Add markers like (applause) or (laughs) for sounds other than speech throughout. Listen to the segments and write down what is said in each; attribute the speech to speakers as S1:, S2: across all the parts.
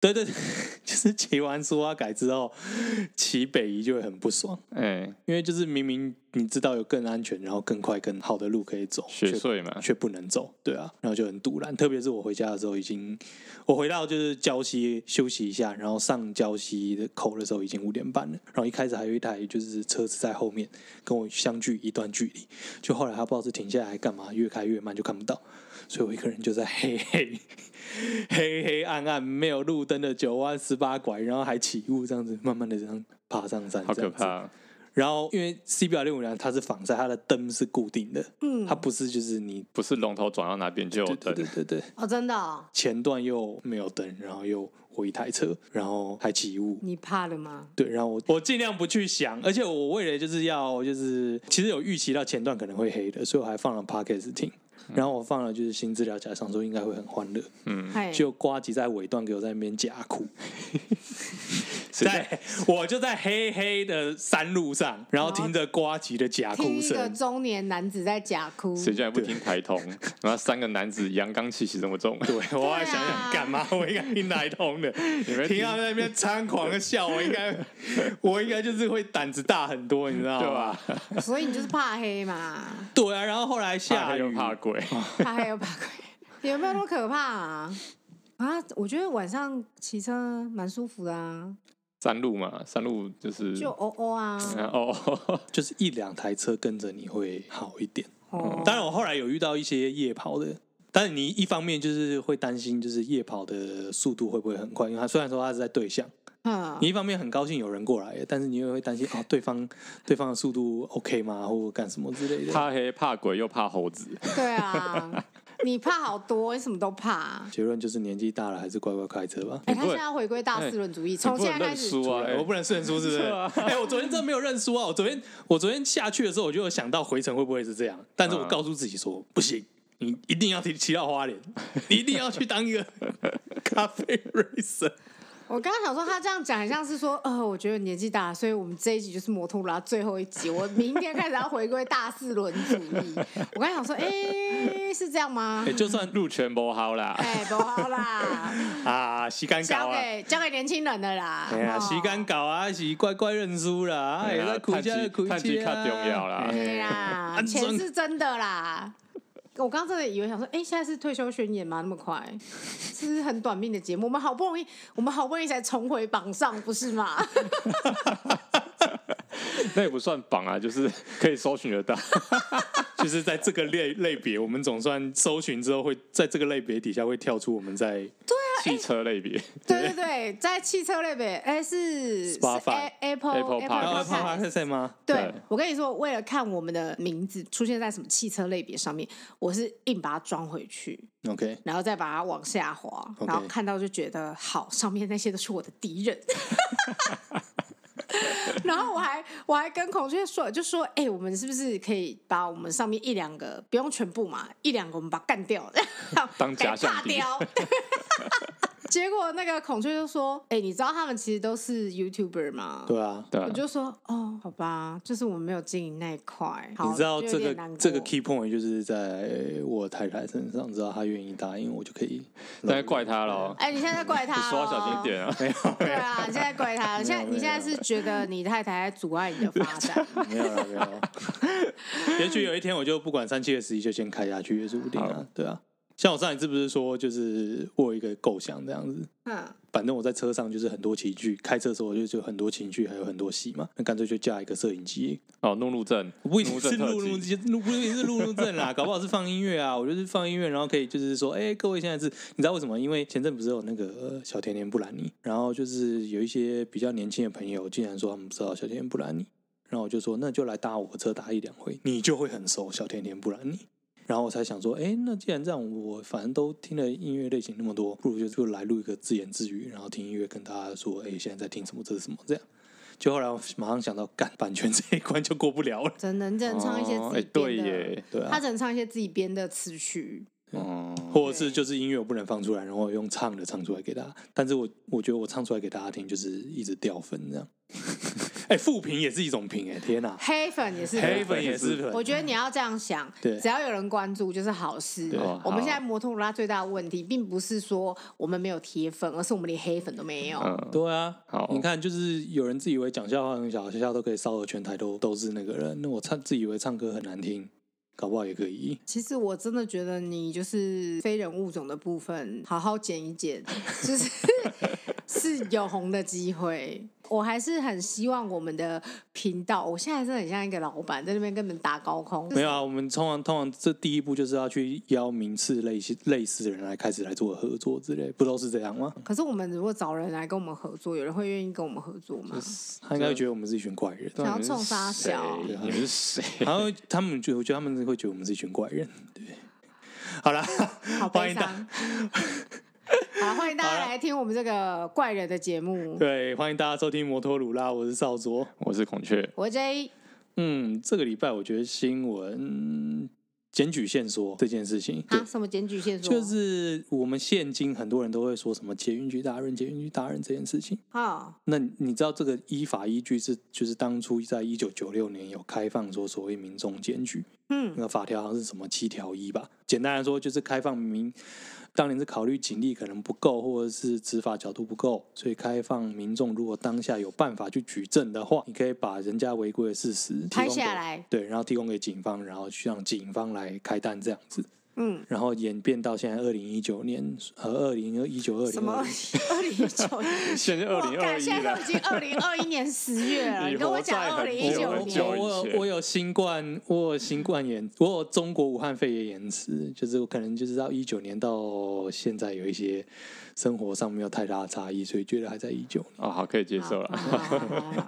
S1: 对对，对 (laughs) 就是骑完苏花改之后，骑北移就会很不爽，
S2: 哎、
S1: 因为就是明明你知道有更安全、然后更快、更好的路可以走，
S2: 雪
S1: 却
S2: 隧嘛，
S1: 却不能走，对啊，然后就很堵然。特别是我回家的时候，已经我回到就是礁溪休息一下，然后上礁溪的口的时候已经五点半了。然后一开始还有一台就是车子在后面跟我相距一段距离，就后来他不知道是停下来干嘛，越开越慢就看不到，所以我一个人就在黑黑黑黑暗暗没有路灯的九弯十八拐，然后还起雾这样子，慢慢的这样爬上山，
S2: 好
S1: 这
S2: 可
S1: 样子。
S2: 怕。
S1: 然后因为 C 表六五零它是防晒，它的灯是固定的，
S3: 嗯
S1: 它，不是就是你
S2: 不是龙头转到哪边就有
S1: 对
S2: 灯
S1: 对，对对对，
S3: 哦，真的、哦，
S1: 前段又没有灯，然后又我一台车，然后还起雾。
S3: 你怕了吗？
S1: 对，然后我我尽量不去想，而且我为了就是要就是，其实有预期到前段可能会黑的，所以我还放了 podcast 听，然后我放了就是新资料夹，想说应该会很欢乐，
S2: 嗯，
S3: 嗨，
S1: 就瓜吉在尾段给我在那边假 (laughs) 哭，
S2: 实在
S1: (laughs) 在我就在黑黑的山路上，然后听着瓜吉的假
S3: 听
S1: 哭
S3: 一个
S1: 声，
S3: 中年男子在假哭，
S2: 谁叫你不听台通？然后三个男子阳刚气息这么重，
S1: 对 (laughs) 我还
S3: 对啊
S1: 想想干嘛，我应该听哪一通 (laughs) 的。
S2: 你们
S1: 听到在那边猖狂的笑，我应该，我应该就是会胆子大很多，你知 (laughs) 道
S2: 对
S1: 吧
S2: 吧？？
S3: 所以你就是怕黑
S2: (laughs)
S3: 嘛，
S1: 对啊，然后后来
S2: 怕
S1: 下
S2: 黑又
S1: 雨，哦
S2: 怕鬼，
S3: 怕黑又怕鬼，有没有那么可怕啊？啊，我觉得晚上骑车蛮舒服的啊，
S2: 山路嘛，山路就是
S3: 就哦哦啊，
S2: 嗯哦， (laughs)
S1: 就是一两台车跟着你会好一点。
S3: 哦，
S1: 当然，我后来有遇到一些夜跑的，但是你一方面就是会担心，就是夜跑的速度会不会很快，因为他虽然说他是在对向，
S3: 嗯
S1: 你一方面很高兴有人过来，但是你又会担心哦，对方对方的速度 OK 吗，或干什么之类的。
S2: 怕黑怕鬼又怕猴子，
S3: 对啊，你怕好多，你什么都怕。
S1: 结论就是年纪大了，还是乖乖开车吧。
S3: 哎、
S2: 你
S3: 他
S2: 不
S3: 现
S2: 能哎
S3: 在要回归大四轮主义，
S2: 你
S3: 从
S2: 不
S3: 现
S2: 能
S3: 在开
S2: 认
S3: 始
S2: 输，啊！哎
S1: 我不能认输，是不是？
S2: 是
S1: 哎、
S2: 啊
S1: 我昨天真的没有认输啊！我昨天我昨天下去的时候，我就有想到回程会不会是这样，但是我
S2: 嗯
S1: 告诉自己说，不行，你一定要骑骑到花莲，你一定要去当一个咖啡 racer。
S3: 我刚刚想说，他这样讲很像是说，呃，我觉得年纪大了，所以我们这一集就是摩托罗拉最后一集，我明天开始要回归大四轮主义。我刚刚想说，哎、是这样吗
S1: 哎、？就算
S2: 路权不好啦，
S3: 哎、不
S1: (laughs)
S3: 好啦，
S1: 啊，洗干搞
S3: 交
S1: 啊。
S3: 给交给年轻人的啦。
S1: 哎呀，
S3: 哦
S1: 洗干搞啊，洗乖乖认输啦！哎
S2: 哎呀
S1: 呀，苦
S2: 趁
S1: 家
S2: 机
S1: 苦家，啊
S2: 趁机较重要啦
S3: 对
S1: 哎
S3: 啦，
S1: 安
S3: 钱
S1: 装
S3: 是真的啦。我刚真的以为想说，哎、现在是退休宣言吗？那么快，这是很短命的节目。我们好不容易，我们好不容易才重回榜上，不是吗？
S2: 那也不算榜啊，就是可以搜寻得到。
S1: 就是在这个类类别，我们总算搜寻之后会在这个类别底下会跳出我们在
S2: (laughs) 汽车类别，
S3: 对对对，在汽车类别，哎、是是
S1: Spotify
S3: A- 哦 Apple
S2: Apple Podcast
S1: 啊
S3: Podcast
S1: 帕克赛吗？
S3: 对
S2: 对，
S3: 我跟你说，为了看我们的名字出现在什么汽车类别上面，我是硬把它装回去，
S1: OK，
S3: 然后再把它往下滑
S1: OK
S3: 然后看到就觉得好，上面那些都是我的敌人。 (laughs) 然后我还我还跟孔雀说，就说，哎、我们是不是可以把我们上面一两个，不用全部嘛，一两个我们把它干掉， (laughs)
S2: 当假
S3: 给它
S2: 想敌
S3: 掉。 (laughs) 结果那个孔雀就说，哎、你知道他们其实都是 YouTuber 吗？
S1: 对啊，
S2: 对啊
S3: 我，就说哦，好吧，就是我们没有经营那一块。好
S1: 你知道
S3: 就有
S1: 这
S3: 点
S1: 个
S3: 难过
S1: 这个 key point 就是在我太太身上，只要她愿意答应，我就可
S3: (laughs)
S1: 以。
S2: 那怪他喽，
S3: (laughs) 哎、你现在在怪他、
S2: (laughs) 你
S3: 哦，
S2: 说话小心一。点啊！
S3: (laughs) 对啊，你现在怪他，现在你现在是觉得你太太在阻碍你的发展。
S1: 没有了，没有啦。也许有一天我就不管三七二十一就先开下去也是不定
S2: 好
S1: 啊，对啊。像我上一次不是说，就是我有一个构想这样子，
S3: 嗯，
S1: 反正我在车上就是很多情绪，开车的时候我就就很多情绪，还有很多戏嘛，那干脆就架一个摄影机，
S2: 哦，怒路症，
S1: 不一定
S2: 怒路
S1: 是
S2: 症特
S1: 录录
S2: 辑，
S1: 录不一定是录录症啦，搞不好是放音乐啊。我就是放音乐，然后可以就是说，哎、各位现在是，你知道为什么？因为前阵不是有那个呃小甜甜布兰妮，然后就是有一些比较年轻的朋友竟然说他们不知道小甜甜布兰妮，然后我就说那就来搭我车搭一两回，你就会很熟小甜甜布兰妮。然后我才想说，哎，那既然这样，我反正都听了音乐类型那么多，不如就就来录一个自言自语，然后听音乐跟大家说，哎，现在在听什么，这是什么这样。就后来我马上想到，干版权这一关就过不了了。
S3: 真的，你只能唱一些
S2: 哦
S3: 自
S2: 哎
S3: 己
S2: 对
S3: 编的。
S2: 耶，
S1: 对啊
S3: 他，只能唱一些自己编的词曲。
S2: 哦，
S1: 或者是就是音乐我不能放出来，然后我用唱的唱出来给大家。但是我我觉得我唱出来给大家听，就是一直掉分这样。哎，富评也是一种评哎，天哪，
S3: 黑粉也是
S1: 黑
S3: 粉。
S1: 粉也是粉，
S3: 我觉得你要这样想，
S1: 对
S3: 只要有人关注就是好事
S1: 对
S2: 哦。
S3: 我们
S2: 好
S3: 现在摩托罗拉最大的问题，并不是说我们没有铁粉，而是我们连黑粉都没有。
S2: 嗯，
S1: 对啊，
S2: 好
S1: 你看，就是有人自以为讲笑话很小，笑都可以烧得全台都都是那个人，那我唱自以为唱歌很难听，搞不好也可以。
S3: 其实我真的觉得你就是非人物种的部分，好好剪一剪，就是 (laughs) 是有红的机会。我还是很希望我们的频道，我现在真的很像一个老板在那边跟你们打高空。
S1: 没有啊，我们通常通常这第一步就是要去邀名次类似类似的人来开始来做合作之类，不都是这样吗？
S3: 可是我们如果找人来跟我们合作，有人会愿意跟我们合作吗？
S1: 他应该会觉得我们是一群怪人，
S2: 对啊
S3: 想要冲杀小
S2: 你们是谁？
S1: (laughs)
S2: (laughs)
S1: 然后他们就我觉得他们会觉得我们是一群怪人。对，好啦，
S3: 好
S1: 欢
S3: 悲
S1: 迎
S3: 伤
S1: (laughs) 大。
S3: 好，欢迎大
S1: 好
S3: 家
S1: 了
S3: 来听我们这个怪人的节目。
S1: 对，欢迎大家收听摩托鲁拉，我是少卓。
S2: 我是孔雀，
S3: 我是 J，
S1: 嗯，这个礼拜我觉得新闻检举限缩这件事情，对
S3: 啊，，什么检举线索？
S1: 就是我们现今很多人都会说什么捷运局大人、捷运局大人这件事情。
S3: 哦，
S1: 那你你知道这个依法依据是，就是当初在一九九六年有开放说所谓民众检举，
S3: 嗯
S1: 那个法条好像是什么七条一吧。简单来说，就是开放民当年是考虑警力可能不够，或者是执法角度不够，所以开放民众如果当下有办法去举证的话，你可以把人家违规的事实提供
S3: 拍下
S1: 给
S3: 来，
S1: 对，然后提供给警方，然后去让警方来开单这样子。
S3: 嗯，
S1: 然后演变到现在二零一九年和二零一九二
S3: 什
S1: 零
S3: 么
S1: 二
S3: 二零一九年？
S2: 现在
S3: 我
S2: 二零二
S3: 干
S2: 一
S3: 现在
S2: 了
S3: 都已，经二零二一年十
S2: (laughs)
S3: 月了，
S2: 你
S3: 你跟我
S2: 活
S3: 讲
S2: 在
S3: 二
S2: 很
S3: 零一
S2: 久
S3: 九
S2: 很久
S3: 年，
S1: 我我
S2: 以
S1: 有
S2: 前
S1: 我有新冠，我有新冠炎，我有中国武汉肺炎延迟，就是我可能就是到一九年到现在有一些生活上没有太大的差异，所以觉得还在一九年。
S2: 哦，好，可以接受
S3: 好
S2: 了。
S3: 好好好好好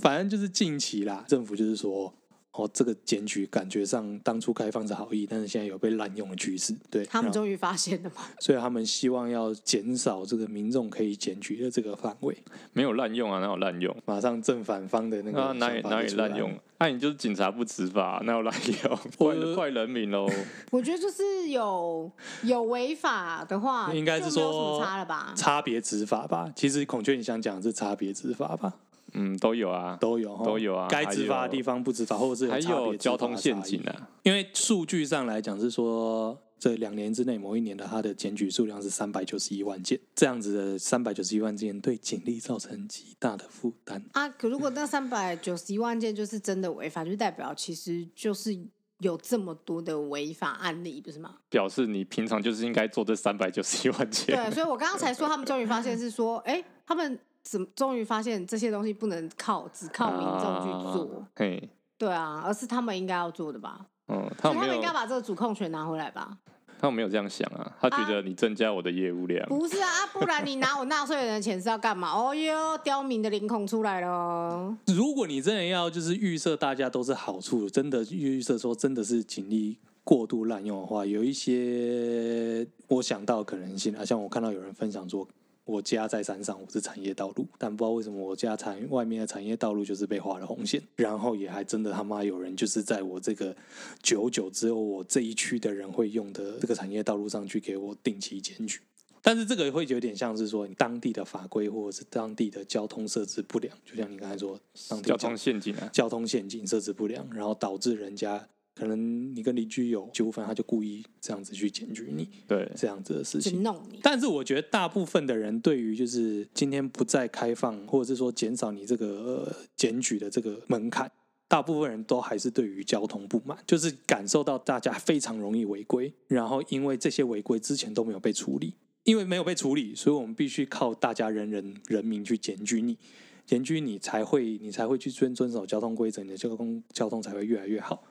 S1: 反正就是近期啦，政府就是说。哦，这个检举感觉上当初开放是好意，但是现在有被滥用的趋势，对。
S3: 他们
S1: 然后
S3: 终于发现了 (laughs) 嘛？
S1: 所以他们希望要减少这个民众可以检举的这个范围。
S2: 没有滥用啊，哪有滥用？
S1: 马上正反方的那个
S2: 啊，哪
S1: 想
S2: 里
S1: 法
S2: 哪里
S1: 就出来
S2: 滥用？那、你就是警察不执法，哪有滥
S1: (laughs)
S2: 用？
S1: 我
S2: 怪怪人民
S1: (laughs)
S2: 喽！
S3: 我觉得就是有有违法的话，
S1: 应该是
S3: 就没有什
S1: 说
S3: 么差了吧？
S1: 差别执法吧？其实孔雀你想讲的是差别执法吧？
S2: 嗯，都有啊，
S1: 都有齁
S2: 都有啊
S1: 该执法
S2: 还
S1: 的
S2: 有
S1: 地方不执法，或者是
S2: 还
S1: 差别
S2: 有
S1: 执
S2: 交
S1: 法的
S2: 通陷
S1: 差异
S2: 阱。啊，
S1: 因为数据上来讲是说，这两年之内某一年的它的检举数量是三百九十一万件，这样子的三百九十一万件对警力造成极大的负担。
S3: 啊，可如果那三百九十一万件就是真的违法，就代表其实就是有这么多的违法案例，不是吗？
S2: 表示你平常就是应该做这三百九十一万件。 (laughs)
S3: 对，所以我刚刚才说他们终于发现是说，哎、他们怎么终于发现这些东西不能靠只靠民众去做，
S2: 啊嘿，
S3: 对啊，而是他们应该要做的吧？
S2: 嗯，他
S3: 所
S2: 有
S3: 以他
S2: 没
S3: 们
S2: 有
S3: 应该把这个主控权拿回
S2: (laughs)
S3: 来吧？
S2: 他有没有这样想啊？他觉得你增加我的业务量，
S3: 不是啊，啊不然你拿我纳税人的钱是要干嘛？哦哟，刁民的脸孔出来了哦。
S1: 如果你真的要就是预设大家都是好处，真的预设说真的是警力过度滥用的话，有一些我想到的可能性啊，像我看到有人分享说。我家在山上，我是产业道路，但不知道为什么我家产外面的产业道路就是被划了红线，然后也还真的他妈有人就是在我这个九九只有我这一区的人会用的这个产业道路上去给我定期检举，但是这个会有点像是说你当地的法规或者是当地的交通设置不良，就像你刚才说，当地
S2: 交通陷阱啊，
S1: 交通陷阱设置不良，然后导致人家可能你跟邻居有纠纷，他就故意这样子去检举你，
S2: 对，
S1: 这样子的事
S3: 就
S1: 情。
S3: 弄你，
S1: 但是我觉得大部分的人对于就是今天不再开放，或者是说减少你这个呃检举的这个门槛，大部分人都还是对于交通不满，就是感受到大家非常容易违规，然后因为这些违规之前都没有被处理，因为没有被处理，所以我们必须靠大家人人人民去检举你，检举你才会你才会去遵遵守交通规则，你的交通交通才会越来越好。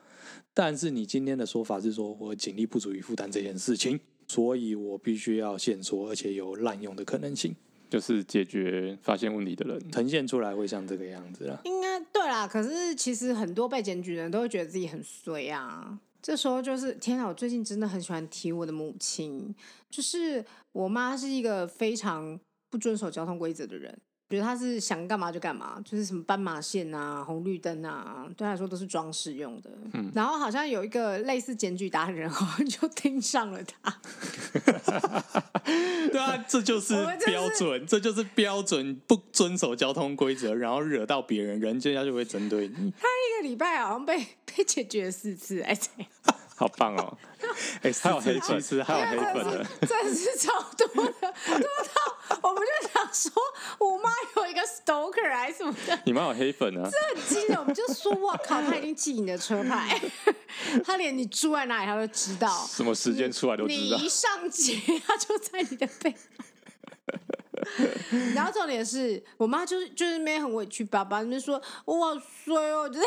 S1: 但是你今天的说法是说我警力不足以负担这件事情，所以我必须要限缩，而且有滥用的可能性，
S2: 就是解决发现问题的人。
S1: 呈现出来会像这个样子啦。
S3: 应该对啦。可是其实很多被检举的人都会觉得自己很衰啊。这时候就是天啊！我最近真的很喜欢提我的母亲，就是我妈是一个非常不遵守交通规则的人，觉得他是想干嘛就干嘛，就是什么斑马线啊、红绿灯啊，对他来说都是装饰用的。然后好像有一个类似检举达人， (laughs) 好像就盯上了他。
S1: 对啊，这就是
S3: 我们就是
S1: 标准，这就是标准，不遵守交通规则，然后惹到别人，人家就会针对你。
S3: 一个礼拜好像被被解决了四次，哎、这样
S2: 好棒哦！
S1: (laughs) 哎，还
S2: 有黑粉
S1: 其实还有黑粉的，
S3: 真的是超多的，多到我们就想说，我妈有一个 stalker 还是什么的，
S2: 你妈有黑粉啊？
S3: 很惊人，我们就说，哇靠，他已经记你的车牌， (laughs) 他连你住在哪里他都知道，
S2: 什么时间出来都
S3: 你
S2: 知道
S3: 一。上街他就在你的背后。然后重点是我妈就是就是没很委屈巴巴，那边说我好衰哦，就是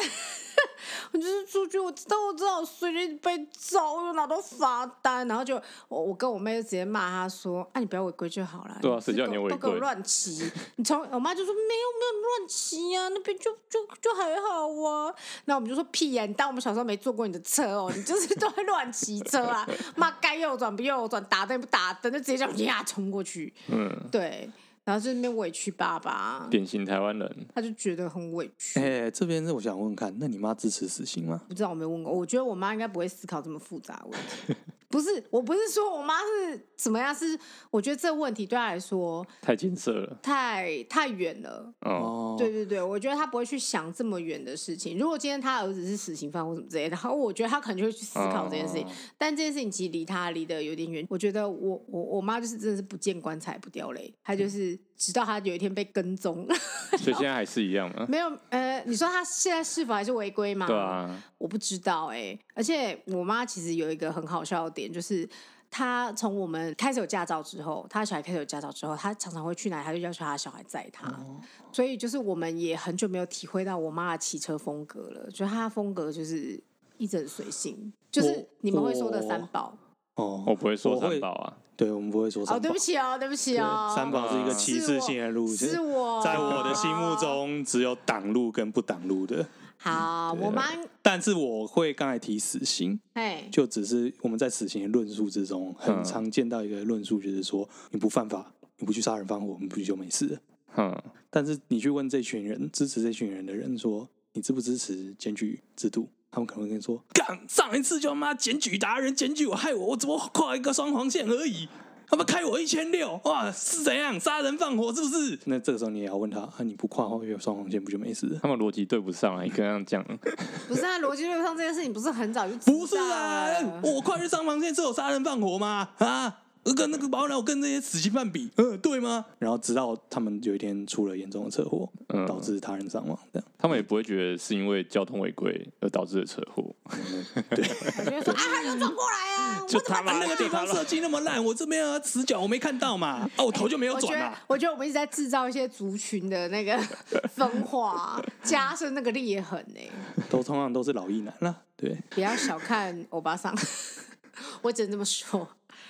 S3: (laughs) 我就是出去，我知道我知道我随便被揍，我拿到罚单，然后就我我跟我妹就直接骂她说，啊你不要违规就好了，
S2: 对啊谁
S3: 这
S2: 叫你
S3: 狗
S2: 违
S3: 都给我
S2: 规
S3: 乱骑，你从我妈就说没有没有乱骑啊，那边就就就还好啊，那我们就说屁呀、你当我们小时候没坐过你的车哦，你就是都会乱骑车啊，妈该右转不右转，打灯不打灯，就直接这样呀冲过去，
S2: 嗯，
S3: 对，然后就那边委屈巴巴，
S2: 典型台湾人，
S3: 他就觉得很委屈。
S1: 哎，这边是我想问看，那你妈支持死刑吗？
S3: 不知道我没问过，我觉得我妈应该不会思考这么复杂的问
S1: (laughs)
S3: 题。不是，我不是说我妈是怎么样，是我觉得这问题对她来说
S2: 太金色了。
S3: 太太远了。
S2: 哦，
S1: 哦，
S3: 对对对，我觉得她不会去想这么远的事情。如果今天她儿子是死刑犯或什么之类的，然后我觉得她可能就会去思考这件事情。
S2: 哦
S3: 但这件事情其实离她离得有点远。我觉得我我我妈就是真的是不见棺材不掉泪，
S1: 嗯
S3: 她就是直到她有一天被跟踪， (laughs)
S2: 所以现在还是一样嘛？
S3: 没有呃，你说她现在是否还是违规嘛？
S2: 对啊，
S3: 我不知道哎、而且我妈其实有一个很好笑的点，就是她从我们开始有驾照之后，她小孩开始有驾照之后，她常常会去哪里，她就要求她的小孩载她。
S1: 哦
S3: 所以就是我们也很久没有体会到我妈的骑车风格了，就她的风格就是一直很随性，就是
S1: 我
S3: 你们会说的三
S1: 我
S3: 宝。
S1: 哦，
S2: 我不会说
S1: 我会
S2: 三宝啊。
S1: 对，我们不会说
S3: 哦，
S1: 三
S3: 对
S1: 宝
S3: 不，起哦，对不起哦，
S1: 对三宝是一个
S2: 是
S1: 歧视性的路线，
S3: 是我
S1: 在我的心目。中只有挡路跟不挡路的，
S3: 好，我妈
S1: 但是我会刚才提死刑，
S3: 哎，
S1: 就只是我们在死刑的论述之中，很
S2: 嗯
S1: 常见到一个论述，就是说你不犯法，你不去杀人放火，你不去就没事了。
S2: 嗯，
S1: 但是你去问这群人支持这群人的人说，你支不支持检举制度？他们可能会跟你说，干上一次就妈检举达人检举我害我，我只不过跨一个双黄线而已，他们开我一千六，哇是怎样杀人放火是不是？那这个时候你也要问他，啊你不跨后面有双黄线不就没事了？
S2: 他们逻辑对不上啊，你跟他讲，
S3: 不是啊，逻辑对不上这件事情不是很早就知
S1: 不是
S3: 道
S1: 啊
S3: 了，
S1: 我跨越上防线是有杀人放火吗？啊，跟那个保然我跟那些死刑犯比，嗯，对吗？然后直到他们有一天出了严重的车祸，
S2: 嗯
S1: 导致他人伤亡，这样。
S2: 他们也不会觉得是因为交通违规而导致的车祸。
S3: 我
S1: (laughs)
S3: 就说啊，他就转过来啊，
S2: 就
S3: 我怎么
S2: 他妈
S1: 啊、那个地方设计那么烂，我这边啊死角我没看到嘛，啊，我头就没有
S3: 我觉
S1: 转
S3: 得
S1: 啊。，
S3: 我觉得我们一直在制造一些族群的
S1: (laughs)
S3: 那个分化，加深那个裂痕呢、
S1: 都通常都是老一男啦，对，
S3: 不要小看欧巴桑， (laughs) 我只能这么说。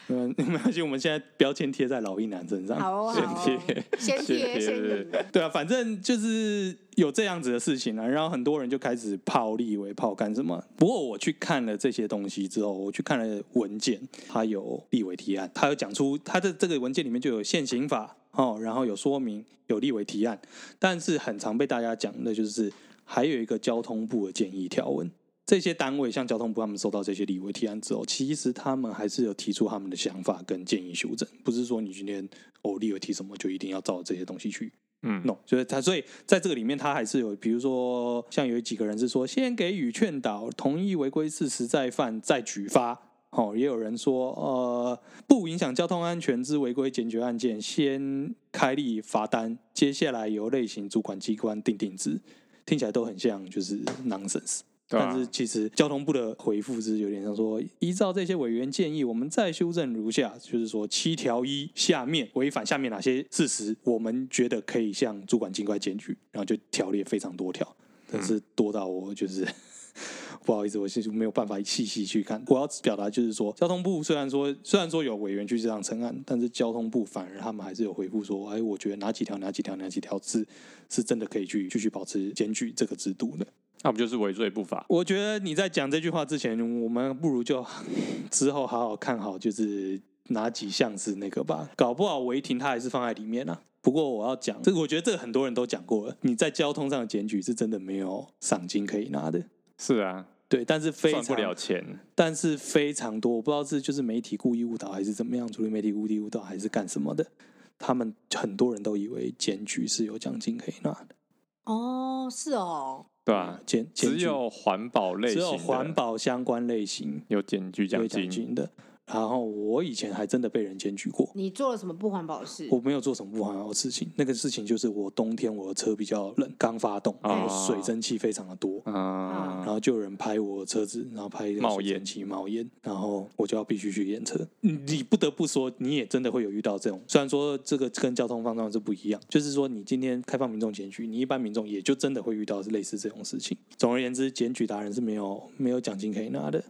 S1: 嗯，没关系，我们现在标签贴在老一男身上。
S3: 好哦，好哦
S2: 先贴，
S3: 先贴，
S2: 先贴
S3: 先
S2: 对
S3: 贴。
S1: 对啊，反正就是有这样子的事情啊，然后很多人就开始泡立委、泡干什么。不过我去看了这些东西之后，我去看了文件，它有立委提案，它有讲出它的这个文件里面就有现行法哦，然后有说明有立委提案，但是很常被大家讲的就是还有一个交通部的建议条文。这些单位像交通部，他们收到这些立委提案之后，其实他们还是有提出他们的想法跟建议修正，不是说你今天哦立委提什么就一定要照这些东西去
S2: 嗯，
S1: no，就是他，所以在这个里面，他还是有，比如说像有几个人是说，先给予劝导，同意违规事实再犯再举发。哦，也有人说，呃，不影响交通安全之违规检举案件，先开立罚单，接下来由类型主管机关定定制。听起来都很像就是 nonsense，、
S2: 对啊
S1: 但是其实交通部的回复是有点像说，依照这些委员建议，我们再修正如下，就是说七条一下面违反下面哪些事实，我们觉得可以向主管机关检举，然后就条列非常多条，
S2: 嗯
S1: 但是多到我就是。 (laughs) 不好意思，我是没有办法细细去看。我要表达就是说，交通部虽然说虽然说有委员去这样成案，但是交通部反而他们还是有回复说，哎，我觉得哪几条哪几条哪几条是是真的可以去继续保持检举这个制度的。
S2: 那不就是违罪不罚？
S1: 我 (laughs) 觉得你在讲这句话之前，我们不如就之后好好看好，就是哪几项是那个吧？搞不好违停它还是放在里面啊。不过我要讲，这个我觉得这个很多人都讲过了，你在交通上的检举是真的没有赏金可以拿的。
S2: 是啊，
S1: 对，但是非
S2: 赚不了
S1: 常，
S2: 钱，
S1: 但是非常多，我不知道是就是媒体故意误导还是怎么样，处理媒体故意误导还是干什么的，他们很多人都以为检举是有奖金可以拿的，
S3: 哦，是哦，
S2: 对吧？
S1: 检检
S2: 啊只
S1: 举
S2: 有环保类
S1: 只
S2: 型
S1: 有
S2: 的，
S1: 环保相关类型
S2: 有检举
S1: 有
S2: 奖
S1: 奖
S2: 金，
S1: 金的。然后我以前还真的被人检举过，
S3: 你做了什么不环保的事？
S1: 我没有做什么不环保的事情，那个事情就是我冬天我的车比较冷，刚发动，
S2: 啊
S1: 我水蒸气非常的多。
S2: 嗯，
S1: 然后就有人拍我车子，然后拍
S2: 冒
S1: 冒
S2: 烟
S1: 气冒烟，然后我就要必须去验车。嗯你不得不说，你也真的会有遇到这种，虽然说这个跟交通方向是不一样，就是说你今天开放民众检举，你一般民众也就真的会遇到类似这种事情。总而言之，检举达人是没有没有奖金可以拿的。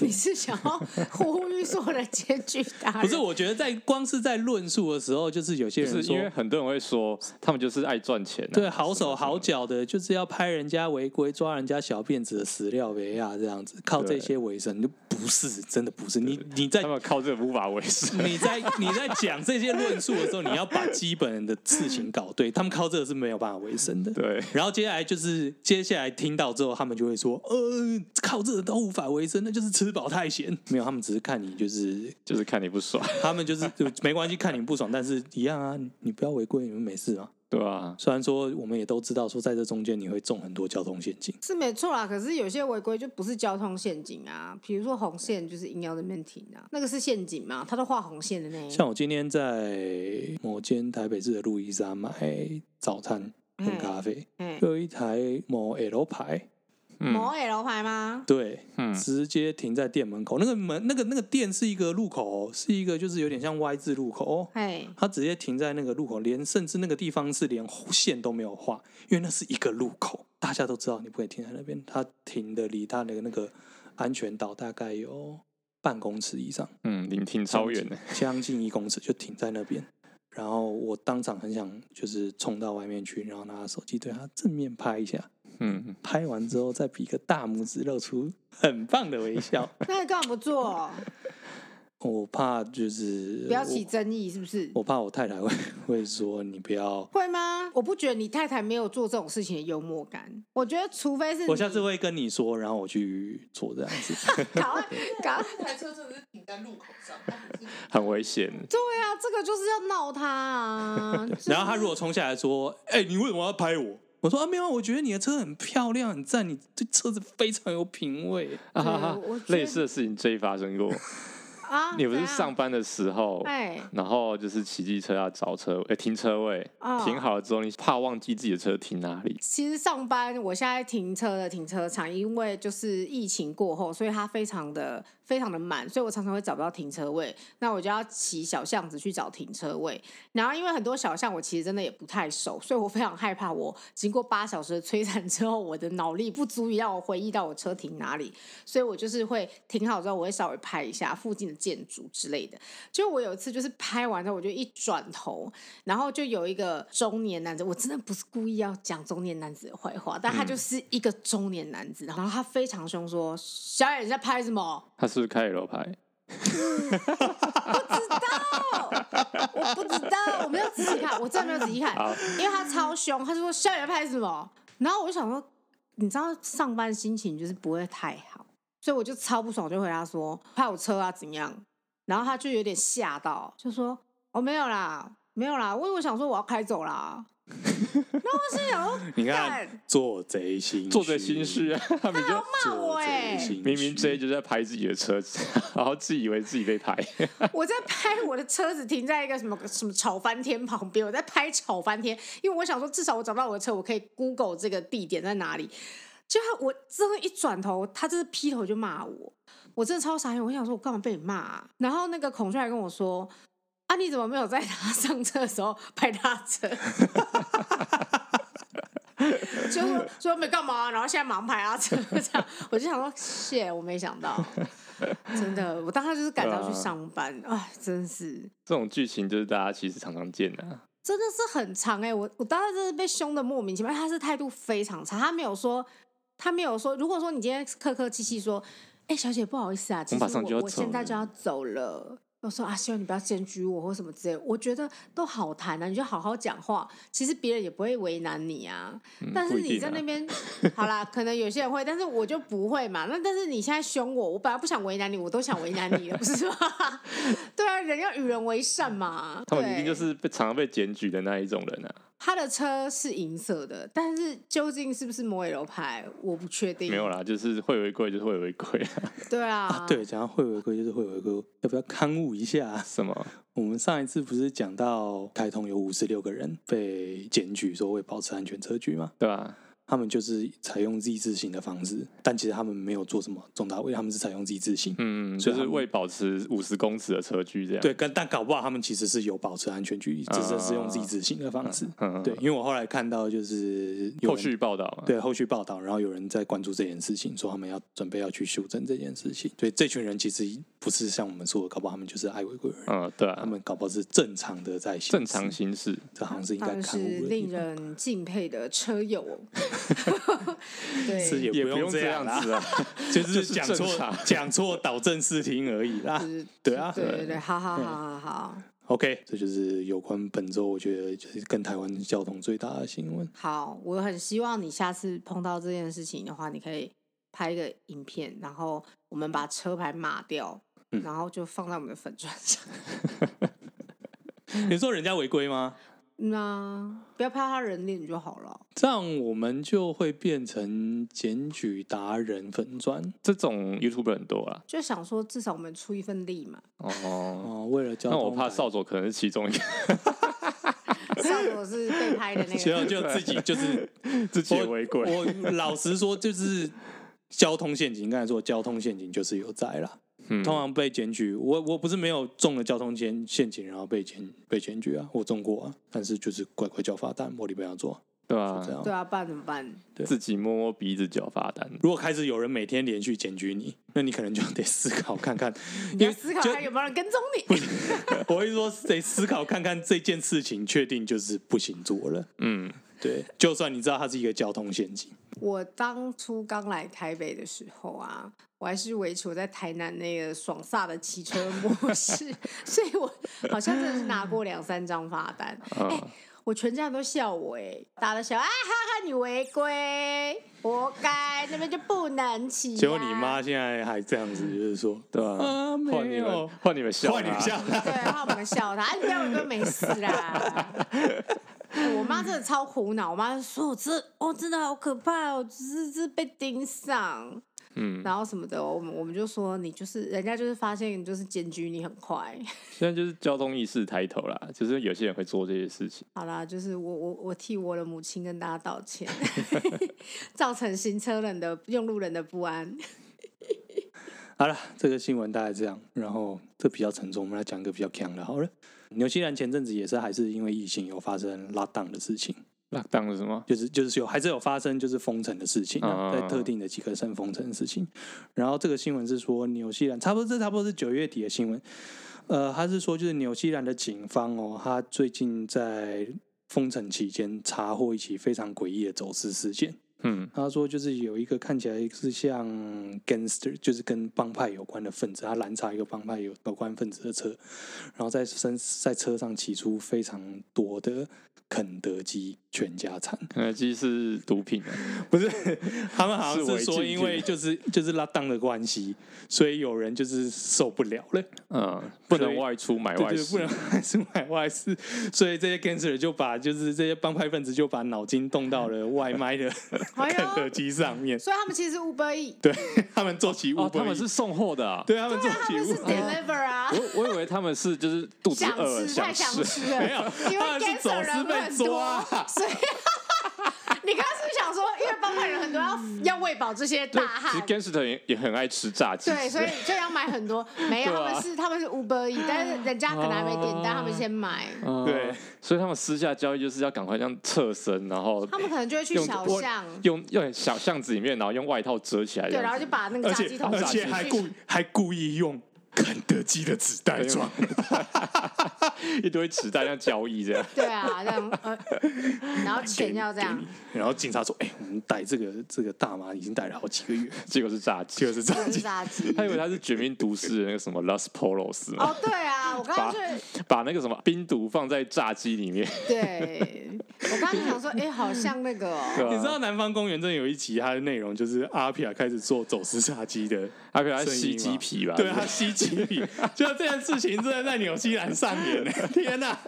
S3: 你是想要呼吁所有的 (laughs) 检举达人？
S1: 不是，我觉得在光是在论述的时候，就是有些
S2: 就
S1: 人
S2: 是因为
S1: 说。
S2: 很多人会说，他们就是爱赚钱、啊，
S1: 对，好手好脚的，就是要拍人家违规、抓人家小辫子的死料维亚这样子，靠这
S2: 对
S1: 些为生，就不是真的不是。你你在
S2: 他们靠这个无法为生。
S1: 你在你在讲这些论述的时候，你要把基本的事情搞对，他们靠这个是没有办法维生的。
S2: (laughs) 对，
S1: 然后接下来就是接下来听到之后，他们就会说，呃，靠这个都无法维生，那就是吃饱太闲。没有，他们只是看你就是，
S2: 就是看你不爽，
S1: 他们就是就没关系，看你不爽，但是一样啊，你你不要违规，你们没事啊。
S2: 对啊，
S1: 虽然说我们也都知道，说在这中间你会中很多交通陷阱，
S3: 是没错啦，可是有些违规就不是交通陷阱啊，比如说红线就是硬要在那边停啊，那个是陷阱嘛，他都画红线的呢。
S1: 像我今天在某间台北市的路易莎买早餐跟咖啡，
S3: 哎，
S1: 有一台某 L 牌。
S3: 某
S2: 嗯
S3: L 牌吗？
S1: 对，
S2: 嗯
S1: 直接停在店门口。那个门，那个那个店是一个路口哦，是一个就是有点像 Y 字路口哦。
S3: 哎，
S1: 它直接停在那个路口，连甚至那个地方是连线都没有画，因为那是一个路口，大家都知道你不可以停在那边。它停的离它那个那个安全岛大概有半公尺以上，
S2: 嗯，聆听超远的，
S1: 将近一公尺就停在那边。然后我当场很想就是冲到外面去，然后拿手机对它正面拍一下，
S2: 嗯，
S1: 拍完之后再比个大拇指，露出很棒的微
S2: (laughs)
S1: 笑。
S3: 那你干嘛不做？
S1: 我怕就是
S3: 不要起争议是不是？
S1: 我，我怕我太太会会说你不要。
S3: 会吗？我不觉得你太太没有做这种事情的幽默感，我觉得除非是
S1: 我下次
S3: 你
S1: 会跟你说，然后我去做这样子。 (laughs)
S3: 搞啊搞啊。
S4: 这台车真的是停在路口上，它不是
S2: 很危险，
S3: 对啊，这个就是要闹他
S1: (laughs)
S3: 啊。就是
S1: 然后他如果冲下来说：“哎、你为什么要拍我？”我说：“啊，没有啊，我觉得你的车很漂亮，很赞，你这车子非常有品味。
S2: 啊哈哈
S3: 我觉得
S2: 类似的事情最发生过。
S3: 啊，
S2: 你不是
S3: 怎样
S2: 上班的时候，
S3: 哎
S2: 然后就是骑机车要找车，哎，停车位
S3: 哦，
S2: 停好了之后，你怕忘记自己的车停哪里，
S3: 其实上班，我现在停车的停车场，因为就是疫情过后，所以它非常的非常的满，所以我常常会找不到停车位。那我就要骑小巷子去找停车位。然后因为很多小巷我其实真的也不太熟，所以我非常害怕我经过八小时的摧残之后，我的脑力不足以让我回忆到我车停哪里，所以我就是会停好之后，我会稍微拍一下附近的建筑之类的。就我有一次就是拍完之后，我就一转头，然后就有一个中年男子，我真的不是故意要讲中年男子的坏话，但他就是一个中年男子，然后他非常凶说：“小野你在拍什么？
S2: 他是不是开 L 牌？
S3: 我不知道，我没有仔细看，我真的没有仔细看，因为他超凶，他就说校园拍什么，然后我就想说，你知道上班心情就是不会太好，所以我就超不爽，我就回答说拍我车啊怎样，然后他就有点吓到，就说哦没有啦，没有啦，我以为想说我要开走啦，然后我心 (laughs) 想说，
S1: 你看
S3: 干，
S1: 做贼心虚，
S2: 做贼心虚啊，他们就
S3: 骂我
S1: 做
S3: 哎、
S1: 贼心虚，
S2: 明明 J 就在拍自己的车子， (laughs) 然后自以为自己被拍， (laughs)
S3: 我在拍我的车子停在一个什么什么吵翻天旁边，我在拍吵翻天，因为我想说至少我找到我的车，我可以 Google 这个地点在哪里。就他我真的，一转头，他就是劈头就骂我，我真的超傻眼。我想说，我干嘛被你骂、啊？然后那个孔雀还跟我说：“啊，你怎么没有在他 (laughs) 上车的时候拍他车？” (laughs) 就说说没干嘛、啊然后现在忙拍他车这样，我就想说，谢，我没想到，真的，我当时就是赶着要去
S2: 对啊
S3: 上班，哎、真是。
S2: 这种剧情就是大家其实常常见的、啊。
S3: 真的是很长哎、我我当时真是被凶的莫名其妙，他是态度非常差，他没有说，他没有说，如果说你今天客客气气说，哎、小姐不好意思啊，其
S2: 我
S3: 实
S2: 马
S3: 我
S2: 上就要
S3: 我现
S2: 走了
S3: 在就要走了，我说啊，希望你不要检举我或什么之类的，我觉得都好谈啊，你就好好讲话，其实别人也不会为难你啊。但
S2: 不
S3: 是
S2: 一
S3: 你
S2: 定
S3: 在
S2: 啊
S3: 那边，好
S2: (laughs)
S3: 啦，可能有些人会，但是我就不会嘛。那但是你现在凶我，我本来不想为难你，我都想为难你了，
S2: (laughs)
S3: 不是吗？对啊，人要与人为善嘛。
S2: 他们
S3: 对
S2: 一定就是被常常被检举的那一种人啊，
S3: 他的车是银色的，但是究竟是不是摩耶罗牌，我不确定。
S2: 没有，啦，就是会违规就是会违规啊，
S3: 对啊，
S1: 啊，对，讲到会违规就是会违规，要不要刊物一下啊？
S2: 什么
S1: 我们上一次不是讲到开通有五十六个人被检举说未保持安全车距吗？
S2: 对吧、
S1: 他们就是采用 Z 字形的方式，但其实他们没有做什么重大违，他们是采用 Z 字形。
S2: 嗯，
S1: 所
S2: 就
S1: 以他
S2: 是
S1: 们
S2: 为保持五十公尺的车距这样。
S1: 对，跟但搞不好他们其实是有保持安全距离，只是是用 Z 字形的方式。
S2: 嗯，
S1: 对，因为我后来看到就是有
S2: 后
S1: 人
S2: 续报道啊嘛，
S1: 对后续报道，然后有人在关注这件事情，说他们要准备要去修正这件事情。所以这群人其实不是像我们说的，搞不好他们就是爱违规的人，
S2: 嗯，对
S1: 他
S2: 啊，
S1: 们搞不好是正常的在行
S2: 正
S1: 驶
S2: 常，行驶，
S1: 这好像是应
S3: 他
S1: 该
S3: 们是
S1: 看误的地
S3: 令
S1: 方
S3: 人敬佩的车友。
S1: (laughs)
S3: 对，
S1: 是也
S2: 也
S1: 不
S2: 不
S1: 用
S2: 用
S1: 这
S2: 这
S1: 样
S2: 样
S1: 啦
S2: 子啊， (laughs)
S1: 就是
S2: 就
S1: (laughs)
S2: 是
S1: 讲
S2: 正
S1: 错
S2: 常
S1: 讲错导正视听而已啦
S3: 就。是
S1: 对啊
S3: 对对对，好好好好好
S1: OK，这就是有关本周我觉得就是跟台湾交通最大的新闻。
S3: 好，我很希望你下次碰到这件事情的话，你可以拍一个影片，然后我们把车牌码掉，
S1: 嗯
S3: 然后就放在我们的粉砖上。 (laughs)
S1: (laughs) 你说人家违规吗？
S3: 那不要拍他人脸就好了。
S1: 这样我们就会变成检举达人粉砖
S2: 这种 YouTube 很多啦。
S3: 就想说，至少我们出一份力嘛。
S1: (laughs)
S2: 哦，
S1: 哦。为了交
S2: 那
S1: 通，
S2: 我怕少佐可能是其中一
S3: 上次我是被拍
S1: (laughs)
S3: 的那
S1: 所
S3: 个
S1: 以，就自己就是
S3: (laughs)
S2: 个自己也违规。
S1: 我老实说，就是交通陷阱。刚才说交通陷阱就是有在啦，
S2: 嗯
S1: 通常被检举，我我不是没有中了交通陷陷阱，然后被检被检举啊，我中过啊，但是就是乖乖交罚单，我礼拜要做，
S2: 对
S1: 就这
S2: 吧？
S1: 样。
S3: 对啊，不然怎么办？
S2: 自己摸摸鼻子就要罚单，
S1: 如果开始有人每天连续检举你，那你可能就得思考看看，
S3: 你
S1: 因
S3: 要
S1: 为
S3: 思考
S1: 就
S3: 他有没有人跟踪你。
S1: (laughs) 我会说得思考看看这件事情，确定就是不行做了。
S2: 嗯，
S1: 对，就算你知道它是一个交通陷阱，
S3: 我当初刚来台北的时候啊，我还是维持我在台南那个爽飒的骑车
S1: (laughs)
S3: 模式，所以我好像真的是拿过两三张罚
S1: (laughs)
S3: 单。哎、
S1: 哦
S3: 我全家人都笑我哎、打了小啊哈哈，你违规，活该，那边就不能骑、啊。
S1: 结果你妈现在还这样子，就是说，
S2: 对吧？
S1: 啊没有
S2: (laughs) 换你们，换你们笑，
S1: 换你，
S2: (laughs)
S1: 笑，啊
S3: 对，然后我们笑他，哎，你不要以为没事啦。哎我妈真的超苦恼，我妈就说我真哦真的好可怕哦，只是只是被盯上，
S2: 嗯，
S3: 然后什么的，我们我们就说你就是人家就是发现你就是检举你很快， (laughs)
S2: 现在就是交通意识抬头啦，就是有些人会做这些事情，
S3: 好啦，就是我我我替我的母亲跟大家道歉，
S1: (laughs)
S3: 造成行车人的用路人的不
S1: (laughs)
S3: 安。
S1: (laughs) 好了，这个新闻大概这样，然后这比较沉重，我们来讲一个比较强的。好了，纽西兰前阵子也是还是因为疫情有发生拉档的事情，
S2: 那当是什么？
S1: 就是就是有还是有发生就是封城的事情、啊，
S2: 啊
S1: 在特定的几个省封城的事情。然后这个新闻是说纽西兰，差不多这差不多是九月底的新闻。呃，他是说就是纽西兰的警方哦，他最近在封城期间查获一起非常诡异的走私事件。
S2: 嗯
S1: 他说就是有一个看起来是像 gangster，就是跟帮派有关的分子，他拦查一个帮派有有关分子的车，然后在身在车上骑出非常多的肯德基全家餐。
S2: 肯德基是毒品啊，
S1: 不是，他们好像
S2: 是违
S1: 是说，
S2: 禁
S1: 因为
S2: 品
S1: 就是就是拉档的关系，所以有人就是受不了了，
S2: 嗯，不
S1: 所以
S2: 能外出买
S1: 对
S2: 外
S1: 对，
S2: 食，
S1: 不能 (laughs) 还是买外事，所以这些 gangster 就把就是这些帮派分子就把脑筋动到了外卖 (laughs) 的
S3: 哎
S1: 肯德
S3: 呦，
S1: 基上面，
S3: 所以他们其实是 Uber E，
S1: 对 (laughs) 他们做起 u
S2: 哦，
S1: b
S2: 他们是送货的啊。
S1: 对他们做
S3: 他
S1: 起
S3: 们
S1: u
S3: 是 Deliver 啊，
S2: 我我以为他们是就是肚子
S3: 想
S2: 饿
S3: 吃太想
S2: 吃，
S3: 吃了，
S1: (laughs) 没有，
S3: 因为
S1: 他们是
S3: g a n g
S1: 走
S3: 人
S1: 私被
S3: 很
S1: 抓
S3: 多
S1: 啊，，
S3: 所以你刚刚是不是想说，因为帮派人很多，要要喂饱这些
S2: (laughs)
S3: 大
S2: 对，其实
S3: 汉？
S2: gangster 也也很爱吃炸鸡，
S3: 对，所以就要买很多。没有，
S2: 对
S3: 他
S2: 啊
S3: 们是他们是 Uber E，但是人家可能还没点单，
S2: 哦
S3: 他们先买，
S2: 嗯
S1: 对，
S2: 所以他们私下交易就是要赶快这样侧身，然后
S3: 他们可能就会去
S2: 用
S3: 小
S2: 外
S3: 巷，
S2: 用用小巷子里面，然后用外套遮起来这样
S3: 对，
S2: 子，
S3: 然后就把那个
S1: 而
S3: 炸
S1: 且
S3: 鸡桶
S1: 而
S3: 炸
S1: 且
S3: 进
S1: 还
S3: 去
S1: 故还故意用肯德基的纸袋装，
S2: 一堆纸袋这样交易这样，
S3: 对啊，这样呃，然后钱要这
S2: (laughs)
S3: 样，
S1: (laughs) 然后警察说：“哎、我们逮这个这个大麻已经逮了好几个 (laughs) 月，
S2: 结果是炸鸡，
S1: 就是这样
S3: 就是
S1: 子。
S3: 炸鸡。
S2: 他以为他是绝命毒师的那个什么 Los Polos 嘛，
S3: 哦，对啊，我刚刚就
S2: 把那个什么冰毒放在炸鸡里面，
S3: 对，我刚刚就想说，哎，好像那个
S1: (laughs)
S3: 哦，
S1: 你知道《南方公园》真的有一集，它的内容就是阿皮亚开始做走私炸鸡的，
S2: 他给他吸鸡皮吧？
S1: 啊对他吸鸡 (laughs) 皮，就这件事情真的在纽西兰上 (laughs) 演呢！天哪、